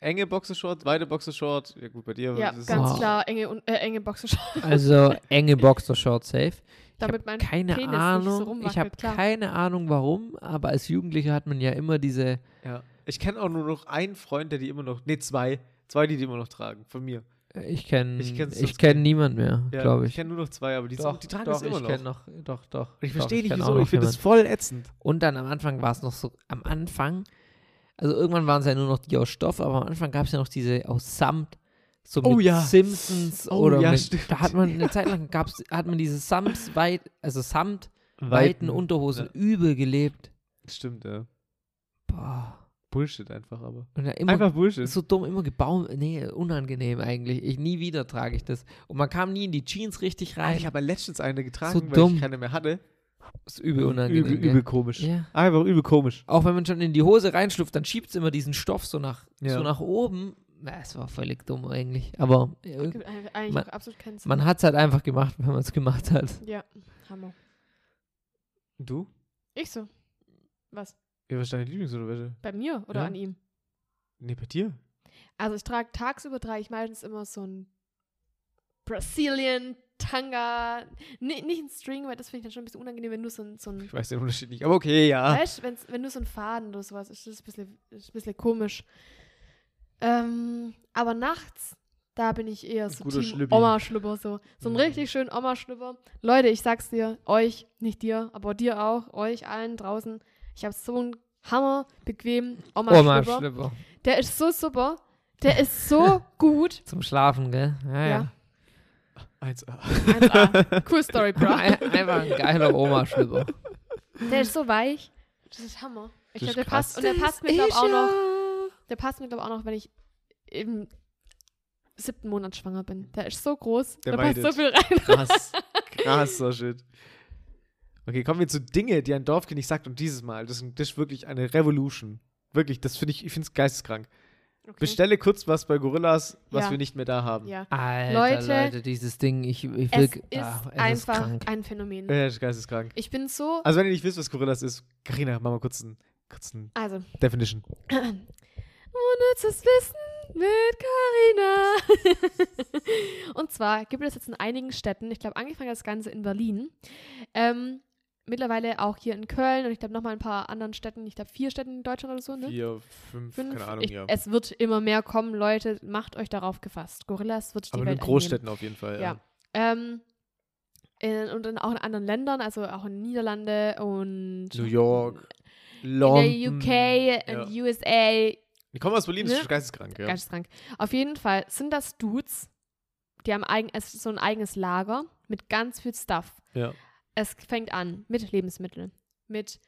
S2: Enge Boxershorts, weite Boxershorts. Ja gut, bei dir.
S4: ja,
S2: das ist-
S4: ganz
S1: Wow.
S4: klar, enge, Un- äh, enge Boxershorts,
S1: Also enge Boxershorts safe.
S4: damit mein
S1: Keine
S4: Penis nicht so
S1: Ahnung.
S4: rumwackelt,
S1: ich habe
S4: klar.
S1: keine Ahnung warum, aber als Jugendlicher hat man ja immer diese
S2: Ja. Ich kenne auch nur noch einen Freund, der die immer noch. Nee, zwei. Zwei, die die immer noch tragen. Von mir.
S1: äh, ich kenne
S2: Ich
S1: ich,
S2: kenn's sonst
S1: kenn
S2: nicht.
S1: niemanden mehr,
S2: Ja,
S1: glaube
S2: Ich
S1: ich.
S2: kenne nur noch zwei, aber die,
S1: doch,
S2: sind, die tragen
S1: doch,
S2: das immer
S1: ich
S2: noch.
S1: kenn noch. Doch, doch.
S2: Und ich
S1: doch,
S2: verstehe nicht,
S1: kenn auch
S2: wieso.
S1: noch
S2: Ich finde das
S1: jemanden.
S2: voll ätzend.
S1: Und dann am Anfang war es noch so, am Anfang, also irgendwann waren es ja nur noch die aus Stoff, aber am Anfang gab es ja noch diese aus Samt, so
S2: Oh
S1: mit
S2: ja.
S1: Simpsons
S2: Oh
S1: oder
S2: ja,
S1: mit,
S2: stimmt.
S1: da hat man eine Zeit lang gab's, hat man diese Samt weit, also Samt weiten Unterhosen übel gelebt.
S2: Stimmt, ja.
S1: Boah.
S2: Bullshit einfach, aber.
S1: Und ja, immer
S2: einfach Bullshit.
S1: so dumm, immer gebaut, nee, unangenehm eigentlich. Ich nie wieder trage ich das. Und man kam nie in die Jeans richtig
S2: Ah, ich
S1: rein.
S2: habe ja letztens eine getragen,
S1: So
S2: weil
S1: dumm.
S2: ich keine mehr hatte.
S1: Das ist übel unangenehm.
S2: übel,
S1: gell?
S2: übel komisch.
S1: Ja.
S2: Einfach übel komisch.
S1: Auch wenn man schon in die Hose reinschlüpft, dann schiebt es immer diesen Stoff so nach,
S2: Ja.
S1: so nach oben. Na, es war völlig dumm eigentlich. Aber äh,
S4: Gibt eigentlich eigentlich
S1: Man-
S4: auch absolut keinen Sinn.
S1: man hat es halt einfach gemacht, wenn man es gemacht hat.
S4: ja, Hammer.
S2: Du?
S4: Ich so. Was?
S2: Ja, was ist deine Lieblingsunterwäsche?
S4: Bei mir oder
S2: Ja.
S4: an ihm?
S2: Nee, bei dir?
S4: Also ich trage tagsüber trage ich meistens immer so ein Brazilian Tanga. Nee, nicht ein String, weil das finde ich dann schon ein bisschen unangenehm, wenn nur so ein, so ein
S2: Ich weiß den Unterschied nicht, aber okay, ja.
S4: Weißt du, wenn's- wenn du so einen Faden oder sowas ist, das ein bisschen, ist ein bisschen komisch. Ähm, aber nachts, da bin ich eher so
S2: guter
S4: Team
S2: Schlüppi.
S4: Oma-Schlüpper. So. so ein
S2: Mhm.
S4: richtig schön Oma-Schlüpper. Leute, ich sag's dir, euch, nicht dir, aber dir auch, euch allen draußen. Ich habe so einen Hammer, bequem
S1: Oma
S4: Oma-Schlüpper.
S1: Schlüpper.
S4: Der ist so super. Der ist so gut.
S1: Zum Schlafen, gell? Ja, ja.
S4: Ja.
S2: 1A.
S4: 1A. Cool Story, bro.
S1: Ein, einfach ein geiler Oma Schlüpper.
S4: Der ist so weich. Das ist Hammer. Ich
S2: Das ist
S4: glaube, der
S2: krass.
S4: passt. Und der passt mir, glaube auch noch. Der passt mir, glaube auch noch, wenn ich im siebten Monat schwanger bin. Der ist so groß.
S2: Der
S4: da passt so
S2: meidet.
S4: viel rein.
S2: Krass. Krasser Shit. Okay, kommen wir zu Dinge, die ein Dorfkind nicht sagt und dieses Mal. Das ist, das ist wirklich eine Revolution. Wirklich, das finde ich, ich finde es geisteskrank. Bestelle kurz was bei Gorillas, was
S4: Ja.
S2: wir nicht mehr da haben.
S4: Ja.
S1: Alter, Leute,
S4: Leute,
S1: dieses Ding, ich, ich will.
S4: Es ist
S1: ah, es
S4: einfach
S1: Ist krank.
S4: ein Phänomen.
S2: Äh, Das ist geisteskrank.
S4: Ich bin so.
S2: Also, wenn ihr nicht wisst, was Gorillas ist, Karina, mach mal kurz einen, kurz einen
S4: Also,
S2: Definition.
S4: unnützes Wissen mit Carina. Und zwar gibt es jetzt in einigen Städten, ich glaube, angefangen hat das Ganze in Berlin, ähm, mittlerweile auch hier in Köln und ich glaube nochmal ein paar anderen Städten, ich glaube vier Städten in Deutschland oder so, ne?
S2: Vier, fünf,
S4: Fünf. ich, Es wird immer mehr kommen, Leute, macht euch darauf gefasst. Gorillas wird die
S2: Aber nur
S4: Welt
S2: in Großstädten auf jeden Fall.
S4: Ja. einnehmen. Ähm, in, und in, auch in anderen Ländern, also auch in Niederlande und
S2: New York, London.
S4: in der UK und USA,
S2: Die kommen aus Berlin, das
S4: Ne?
S2: ist geisteskrank, ja.
S4: Geisteskrank. Auf jeden Fall sind das Dudes, die haben eigen, es ist so ein eigenes Lager mit ganz viel Stuff.
S2: ja.
S4: Es fängt an mit Lebensmitteln, mit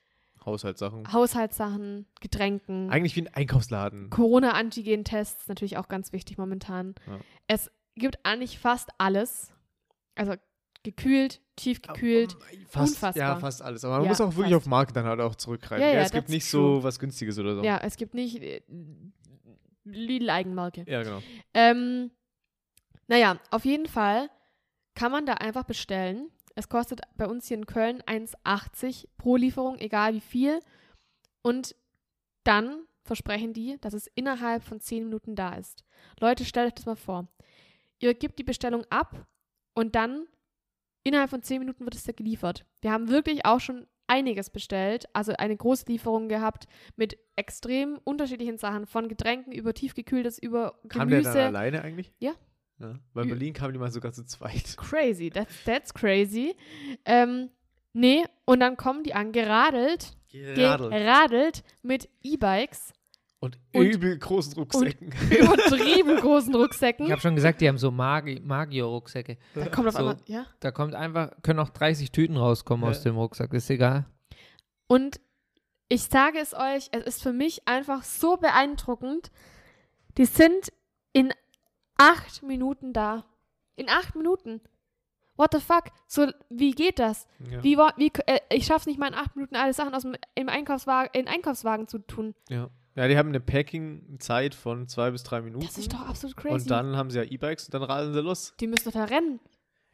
S2: Haushaltssachen.
S4: Ah, Haushaltssachen, Getränken,
S2: Hm. Eigentlich wie ein Einkaufsladen.
S4: Corona-Antigen-Tests, natürlich auch ganz wichtig momentan.
S2: Ja.
S4: Es gibt eigentlich fast alles. Also gekühlt, tiefgekühlt.
S2: Oh Fast,
S4: Unfassbar.
S2: Ja, fast alles. Aber man
S4: Ja,
S2: muss auch wirklich
S4: fast.
S2: auf Marken dann halt auch zurückgreifen.
S4: Ja,
S2: Ja,
S4: ja,
S2: es gibt
S4: that's
S2: nicht so
S4: true.
S2: was Günstiges oder so.
S4: Ja, es gibt nicht äh, Lidl-Eigenmarke.
S2: Ja, genau.
S4: Ähm, naja, auf jeden Fall kann man da einfach bestellen. Es kostet bei uns hier in Köln 1,80 pro Lieferung, egal wie viel. Und dann versprechen die, dass es innerhalb von 10 Minuten da ist. Leute, stellt euch das mal vor. Ihr gebt die Bestellung ab und dann innerhalb von 10 Minuten wird es dir geliefert. Wir haben wirklich auch schon einiges bestellt, also eine Großlieferung gehabt mit extrem unterschiedlichen Sachen, von Getränken über tiefgekühltes, über Gemüse.
S2: Kam der dann alleine eigentlich?
S4: Ja.
S2: ja. Weil in
S4: Ü-
S2: Berlin kamen die mal sogar zu zweit.
S4: Crazy, that's, that's crazy. Ähm, nee, und dann kommen die an, geradelt,
S2: Geradelt.
S4: geradelt mit E-Bikes,
S2: Und
S4: Und-
S2: übel großen Rucksäcken.
S4: übertrieben großen
S1: Ich
S4: Rucksäcken.
S1: habe schon gesagt, die haben so Magi Magier-Rucksäcke.
S4: Da kommt auf
S1: so.
S4: einmal, ja.
S1: Da kommt einfach, können auch 30 Tüten rauskommen
S2: Ja.
S1: aus dem Rucksack, ist egal.
S4: Und ich sage es euch, es ist für mich einfach so beeindruckend, Die sind in acht Minuten da. In acht Minuten. What the fuck? So, wie geht das?
S2: Ja.
S4: Wie, wo- wie, k- äh, ich schaff's nicht mal in acht Minuten alle Sachen aus dem im Einkaufswagen, in den Einkaufswagen zu tun.
S2: Ja. ja, die haben eine Packing-Zeit von zwei bis drei Minuten.
S4: Das ist doch absolut crazy.
S2: und dann haben sie ja E-Bikes und dann rasen sie los.
S4: die müssen doch da rennen.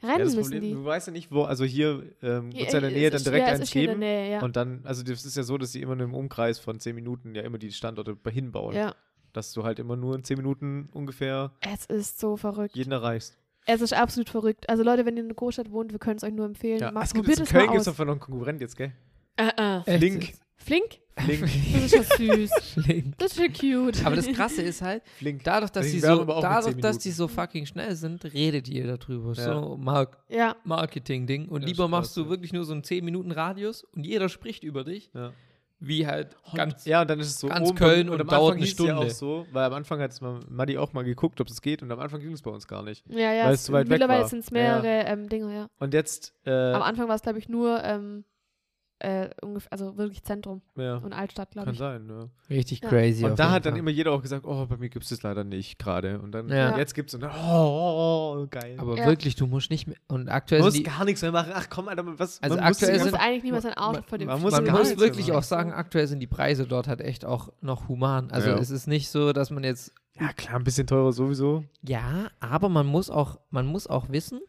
S2: Ja,
S4: Rennen
S2: das
S4: müssen
S2: Problem,
S4: die.
S2: du weißt ja nicht, wo, also hier ähm,
S4: Ja,
S2: gibt es ja in der
S4: es
S2: Nähe
S4: ist-
S2: dann direkt
S4: ja, es
S2: eins
S4: ist hier in der
S2: geben.
S4: Nähe, ja.
S2: Und dann, also das ist ja so, dass sie immer in einem Umkreis von zehn Minuten ja immer die Standorte hinbauen.
S4: ja,
S2: Dass du halt immer nur in zehn Minuten ungefähr
S4: es ist so verrückt.
S2: jeden erreichst.
S4: Es ist absolut verrückt. Also Leute, wenn ihr in einer Großstadt wohnt, wir können es euch nur empfehlen.
S2: Ja,
S4: Macht,
S2: es gibt
S4: probiert
S2: jetzt in
S4: es mal
S2: Köln gibt
S4: aus.
S2: es noch einen Konkurrent jetzt, gell?
S4: Äh, äh.
S1: Echt
S2: Flink,
S1: jetzt?
S4: Flink?
S2: Flink,
S4: Das ist ja süß.
S1: Flink.
S4: Das ist ja cute.
S1: Aber das Krasse ist halt,
S2: Flink.
S1: dadurch, dass,
S2: Also die
S1: die
S2: werben
S1: so,
S2: aber auch mit
S1: dadurch,
S2: zehn
S1: dass die
S2: Minuten.
S1: so fucking schnell sind, redet jeder drüber.
S2: Ja.
S1: So Mark
S4: ja,
S1: Marketing-Ding. Und
S2: Ja,
S1: lieber
S2: ist
S1: machst
S2: krass,
S1: du
S2: ja.
S1: wirklich nur so einen 10-Minuten-Radius und jeder spricht über dich,
S2: Ja.
S1: wie halt ganz.
S2: ja, und dann ist es so
S1: ganz
S2: oben
S1: Köln und
S2: am
S1: dauert
S2: Anfang
S1: eine
S2: hieß es Ja auch
S1: Stunde.
S2: so, weil am Anfang hat es Madi auch mal geguckt, ob es geht und am Anfang ging es bei uns gar nicht.
S4: ja, ja.
S2: Weil
S4: es-
S2: es zu weit weg
S4: Mittlerweile
S2: war.
S4: sind es
S2: Ja,
S4: mehrere
S2: ja.
S4: ähm, Dinge, ja.
S2: Und jetzt, äh,
S4: Am Anfang war es, glaube ich, nur ähm, äh, ungefähr, also wirklich Zentrum
S2: ja,
S4: und Altstadt, glaube
S2: kann
S4: ich.
S2: sein, ja.
S1: Richtig
S4: Ja.
S1: crazy. auf
S2: Und da
S1: jeden
S2: hat dann
S1: Fall.
S2: immer jeder auch gesagt, oh, bei mir gibt es das leider nicht gerade. Und dann,
S1: Ja.
S2: jetzt gibt es und dann, oh, oh, oh geil.
S1: Aber
S4: Ja.
S1: wirklich, du musst nicht mehr. Und aktuell
S2: man
S1: sind
S2: muss
S1: die,
S2: gar nichts mehr machen. Ach komm, Alter, was?
S1: Also
S2: man muss
S1: aktuell
S4: Du
S2: sich
S1: sind-
S4: musst
S2: einfach-
S4: eigentlich niemals ein Auto
S2: man-
S4: vor dem
S2: man muss
S1: man
S2: gar
S1: muss
S2: nichts
S1: wirklich
S2: mehr
S1: auch sagen, aktuell sind die Preise dort halt echt auch noch human. Also
S2: Ja.
S1: es ist nicht so, dass man jetzt
S2: ja klar, ein bisschen teurer sowieso.
S1: ja, aber man muss auch man muss auch wissen,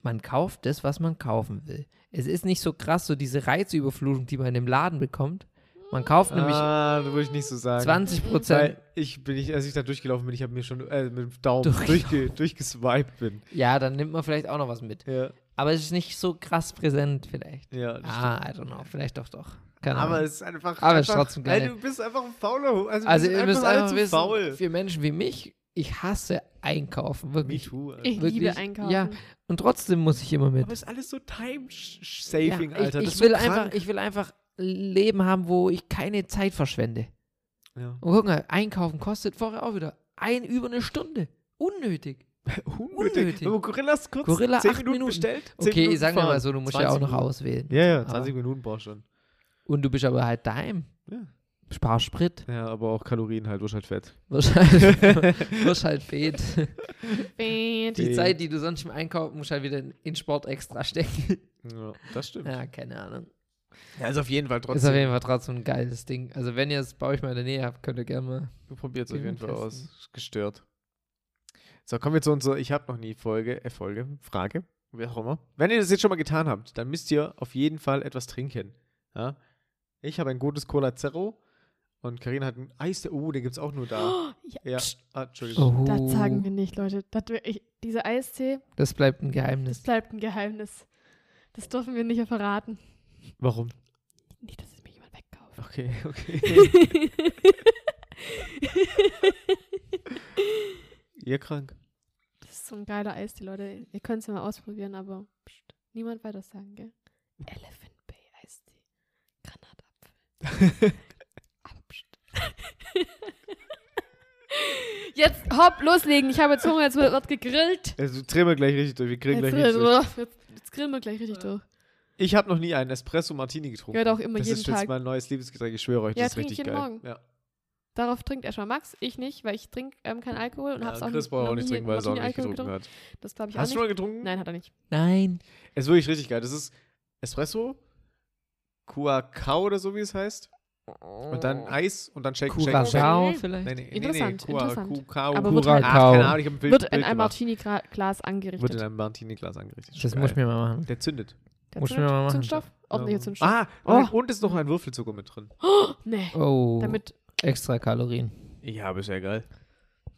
S1: man kauft das, was man kaufen will. Es ist nicht so krass so diese Reizüberflutung, die man in dem Laden bekommt. Man kauft nämlich
S2: ah, da würde ich nicht so sagen.
S1: 20 Prozent.
S2: Weil ich bin ich, als ich da durchgelaufen bin, ich habe mir schon äh, mit dem Daumen
S1: Durchgelaufen.
S2: durchge, durchgeswiped bin.
S1: Ja, dann nimmt man vielleicht auch noch was mit.
S2: Ja,
S1: Aber es ist nicht so krass präsent vielleicht.
S2: ja. das stimmt.
S1: Ah, I don't know. Vielleicht doch doch. Keine
S2: aber
S1: Ahnung.
S2: es ist einfach.
S1: Aber es ist
S2: einfach,
S1: trotzdem geil.
S2: Ey, du bist einfach ein fauler. Hu- Also,
S1: Also
S2: wir
S1: ihr
S2: sind
S1: müsst
S2: alle
S1: einfach
S2: zu
S1: wissen,
S2: faul.
S1: für Menschen wie mich, ich hasse Einkaufen,
S2: Me
S1: wirklich.
S2: too. Alter.
S4: Ich
S1: Wirklich,
S4: liebe Einkaufen.
S1: ja. Und trotzdem muss ich immer mit.
S2: Aber es ist alles so
S1: Ja,
S2: time-saving,
S1: ich,
S2: Alter.
S1: ich
S2: das ist
S1: will
S2: so
S1: einfach,
S2: krank.
S1: ich will einfach Leben haben, wo ich keine Zeit verschwende.
S2: Ja.
S1: Und guck mal, einkaufen kostet vorher auch wieder ein über eine Stunde. Unnötig.
S2: Unnötig.
S1: Unnötig.
S2: Aber Gorillas kurz
S1: Äh, Gorilla
S2: 10
S1: acht
S2: Minuten,
S1: Minuten.
S2: bestellt. 10
S1: Okay,
S2: Minuten
S1: sagen wir
S2: fahren,
S1: mal so, du musst ja auch
S2: 20
S1: noch Ah.
S2: Minuten.
S1: auswählen.
S2: Ja, ja,
S1: Aber-
S2: 20 Minuten brauchst du schon.
S1: Und du bist aber halt daheim.
S2: Ja.
S1: Spar Sprit.
S2: Ja, aber auch Kalorien halt, wirst halt fett.
S1: Wirst halt, wirst halt fett.
S4: Bäh.
S1: Die
S2: Fett.
S1: Zeit, die du sonst im Einkaufen musst, halt wieder in, in Sport extra stecken.
S2: Ja, das stimmt.
S1: ja, keine Ahnung.
S2: Ja, ist auf jeden Fall
S1: Ist auf jeden Fall trotzdem ein geiles Ding. Also, wenn ihr es bei euch mal in der Nähe habt, könnt ihr gerne mal.
S2: Du probierst es auf
S1: Film
S2: jeden Fall
S1: testen.
S2: aus. Ist Gestört. So, kommen wir zu unserer Ich habe noch nie Folge, äh, Folge, Frage, wie auch immer. Wenn ihr das jetzt schon mal getan habt, dann müsst ihr auf jeden Fall etwas trinken. Ja? Ich habe ein gutes Cola Zero und Karina hat ein Eis, oh, den gibt's auch nur da.
S4: Oh,
S2: Ja,
S4: ja.
S2: ah, Entschuldigung.
S1: Oh,
S4: Das sagen wir nicht, Leute. Das, wär- ich, diese Eistee,
S1: das bleibt ein
S4: das
S1: Geheimnis.
S4: bleibt ein Geheimnis. Das dürfen wir nicht verraten.
S2: Warum?
S4: Nicht, dass es mir jemand wegkauft.
S2: Okay, okay. ihr krank.
S4: das ist so ein geiler Eistee, Leute. Ihr könnt es ja mal ausprobieren, aber pst, niemand weiter sagen, gell? Elephant Bay Eistee. Granatapfel. aber pst. jetzt hopp, loslegen. Ich habe jetzt Hunger, jetzt wird wird gegrillt.
S2: Also drehen wir gleich richtig durch. Wir kriegen
S4: Jetzt,
S2: gleich richtig durch.
S4: jetzt, jetzt grillen wir gleich richtig durch.
S2: Ich habe noch nie einen Espresso Martini getrunken.
S4: Ja, doch, immer,
S2: das
S4: jeden
S2: ist
S4: Tag.
S2: jetzt mein neues Lieblingsgetränk. Ich schwöre euch,
S4: Ja,
S2: das ist
S4: trink ich
S2: richtig
S4: jeden
S2: geil.
S4: Morgen.
S2: Ja.
S4: Darauf trinkt erstmal Max, ich nicht, weil ich trinke ähm, keinen Alkohol und
S2: Ja,
S4: hab's auch
S2: Chris
S4: nicht,
S2: braucht
S4: noch
S2: auch nicht
S4: nie
S2: trinken, weil er es auch nicht
S4: Martini-Alkohol
S2: getrunken hat.
S4: getrunken. Das glaube ich
S2: Hast du
S4: auch
S2: schon
S4: nicht.
S2: mal getrungen?
S4: Nein, hat er nicht.
S1: Nein.
S2: Es ist wirklich richtig geil. Das ist Espresso, Curacao oder so, wie es heißt. Und dann Eis und dann Shake. Shake, Shake.
S1: Curacao
S4: Shake.
S1: vielleicht?
S2: Nein, nee, nee, nee,
S4: Interessant, interessant.
S2: Curacao.
S4: Aber
S1: wird
S2: Curacao.
S1: halt-
S2: Ach, keine Ahnung, ich habe ein Bild,
S4: Wird
S2: Bild
S4: in einem
S2: gemacht.
S4: Martini-Glas angerichtet.
S2: Wird in einem Martini-Glas angerichtet.
S1: Das
S2: Schon
S1: muss ich
S2: geil.
S1: mir mal machen.
S2: Der zündet.
S4: Der
S1: Muss ich mir
S4: Zünd-
S1: mal machen.
S4: Zündstoff? Ordentlicher
S2: Ja.
S4: Zündstoff.
S2: Ah, nein,
S4: Oh.
S2: und ist noch ein Würfelzucker mit drin.
S4: Nee.
S1: Oh,
S4: Damit.
S1: extra Kalorien.
S2: Ja, aber ist ja geil.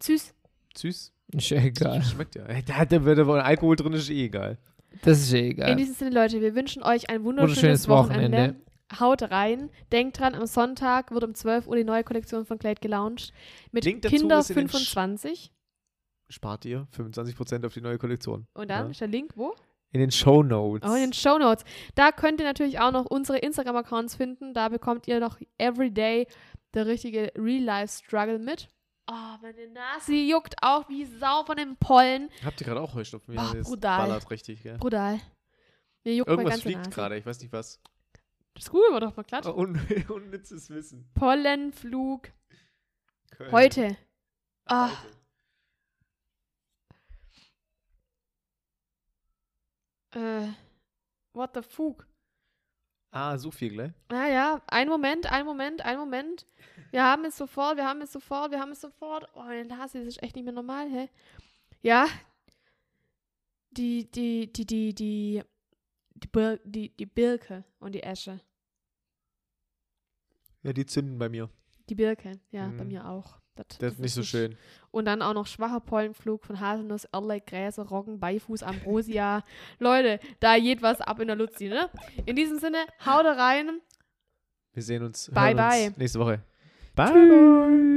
S4: Süß.
S2: Süß.
S1: Ist ja egal.
S2: Schmeckt ja. Da hat der, der Alkohol drin ist, ist eh egal.
S1: Das ist ja
S4: In
S1: egal.
S4: diesem Sinne, Leute, wir wünschen euch ein wunderschönes,
S1: Wunderschönes Wochenende.
S4: Wochenende. Haut rein. Denkt dran, am Sonntag wird um 12 Uhr die neue Kollektion von Glade gelauncht. Mit
S2: Link dazu
S4: Kinder
S2: ist in den Sch-
S4: 25.
S2: Spart ihr 25% auf die neue Kollektion.
S4: Und dann
S2: Ja.
S4: ist der Link wo?
S2: In den Show Notes.
S4: Oh, in den Show Notes. Da könnt ihr natürlich auch noch unsere Instagram-Accounts finden. Da bekommt ihr noch everyday der richtige Real-Life-Struggle mit. Oh, meine Nase juckt auch wie Sau von dem Pollen.
S2: Habt ihr gerade auch Heuschnupfen?
S4: Ach,
S2: Ja, das
S4: brutal.
S2: Ballert richtig, gell?
S4: Brutal. Mir juckt meine
S2: Irgendwas
S4: ganze
S2: fliegt Oh.
S4: Nase.
S2: gerade, ich weiß nicht was.
S4: Das googeln wir doch mal glatt.
S2: un unnützes Wissen.
S4: Pollenflug.
S2: Köln.
S4: Heute. Ah. Äh, what the fuck?
S2: Ah, so viel gleich.
S4: Naja, ein Moment, ein Moment, ein Moment. Wir haben es sofort, wir haben es sofort, wir haben es sofort. Oh, mein Hase, das ist echt nicht mehr normal, hä? Ja. Die, die, die, die, die, die, Bir die, die Birke und die Esche.
S2: Ja, die zünden bei mir.
S4: Die Birke, ja, bei
S2: Mhm.
S4: mir auch.
S2: Das ist nicht so schön.
S4: Und dann auch noch schwacher Pollenflug von Haselnuss, Erleck, Gräser, Roggen, Beifuß, Ambrosia. Leute, da geht was ab in der Luzi, ne? In diesem Sinne, haut rein.
S2: Wir sehen uns,
S4: Bye,
S2: hören uns
S4: bye.
S2: nächste Woche. Bye, bye.